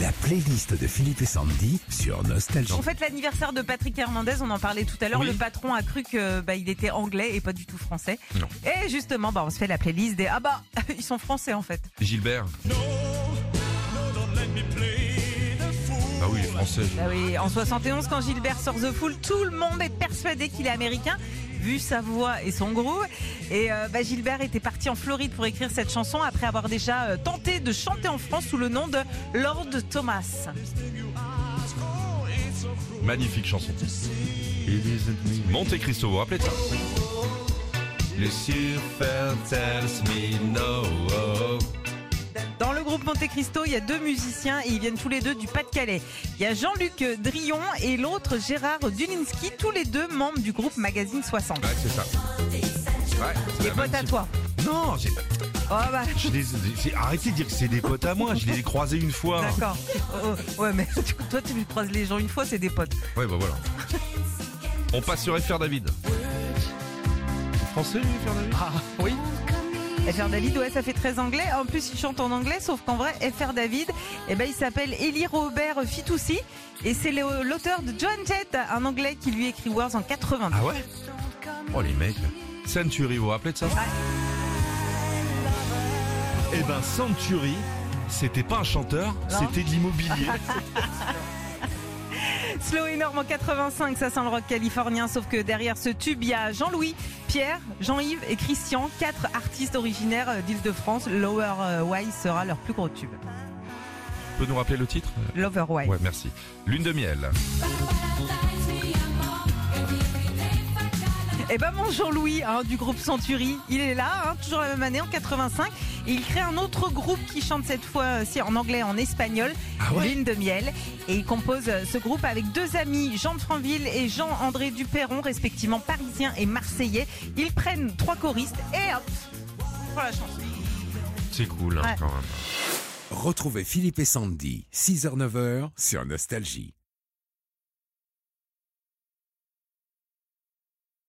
La playlist de Philippe et Sandy sur Nostalgie. On fête l'anniversaire de Patrick Hernandez, on en parlait tout à l'heure. Oui. Le patron a cru que bah, il était anglais et pas du tout français. Non. Et justement, bah, on se fait la playlist des Ah bah, ils sont français en fait. Gilbert. Ah oui, il est français. Bah oui, en 71, quand Gilbert sort The Fool, tout le monde est persuadé qu'il est américain, vu sa voix et son groove. Et euh, bah, Gilbert était parti en Floride pour écrire cette chanson après avoir déjà euh, tenté de chanter en France sous le nom de Lord Thomas. Magnifique chanson. Monte Cristo, vous vous rappelez de ça oh. Dans le groupe Monte Cristo, il y a deux musiciens et ils viennent tous les deux du Pas-de-Calais. Il y a Jean-Luc Drion et l'autre Gérard Dulinski, tous les deux membres du groupe Magazine 60. Ouais, c'est ça. Ouais, c'est Des la potes à même toi. Non, j'ai pas- Oh bah, je les ai- j'ai- arrêtez de dire que c'est des potes à moi. Je les ai croisés une fois. d'accord. Oh, oh, ouais, mais du coup, toi, tu croises les gens une fois, c'est des potes. Ouais, bah voilà. On passe sur FR David. Français, lui, FR David FR David, ouais, ça fait très anglais. En plus, il chante en anglais, sauf qu'en vrai, FR David, eh ben, il s'appelle Eli Robert Fitoussi. Et c'est le- l'auteur de John Jett, un anglais qui lui écrit Words en 92. Ah ouais Oh les mecs. Century, vous vous rappelez de ça Eh ben Century, c'était pas un chanteur, Non. c'était de l'immobilier. Slow énorme en 85, ça sent le rock californien, sauf que derrière ce tube, il y a Jean-Louis, Pierre, Jean-Yves et Christian, quatre artistes originaires euh, d'Île-de-France. Lower Way sera leur plus gros tube. tu peux nous rappeler le titre Lower Way. Ouais, merci. Lune de miel. Et ben mon Jean-Louis hein, du groupe Century, il est là, hein, toujours la même année en 85. Et il crée un autre groupe qui chante cette fois euh, si, en anglais, en espagnol, Ah ouais Lune de miel. Et il compose euh, ce groupe avec deux amis, Jean de Franville et Jean-André Duperron, respectivement parisiens et marseillais. Ils prennent trois choristes et hop, pour la chanson. C'est cool hein, Ouais. quand même. Retrouvez Philippe et Sandy, 6h-9h sur Nostalgie.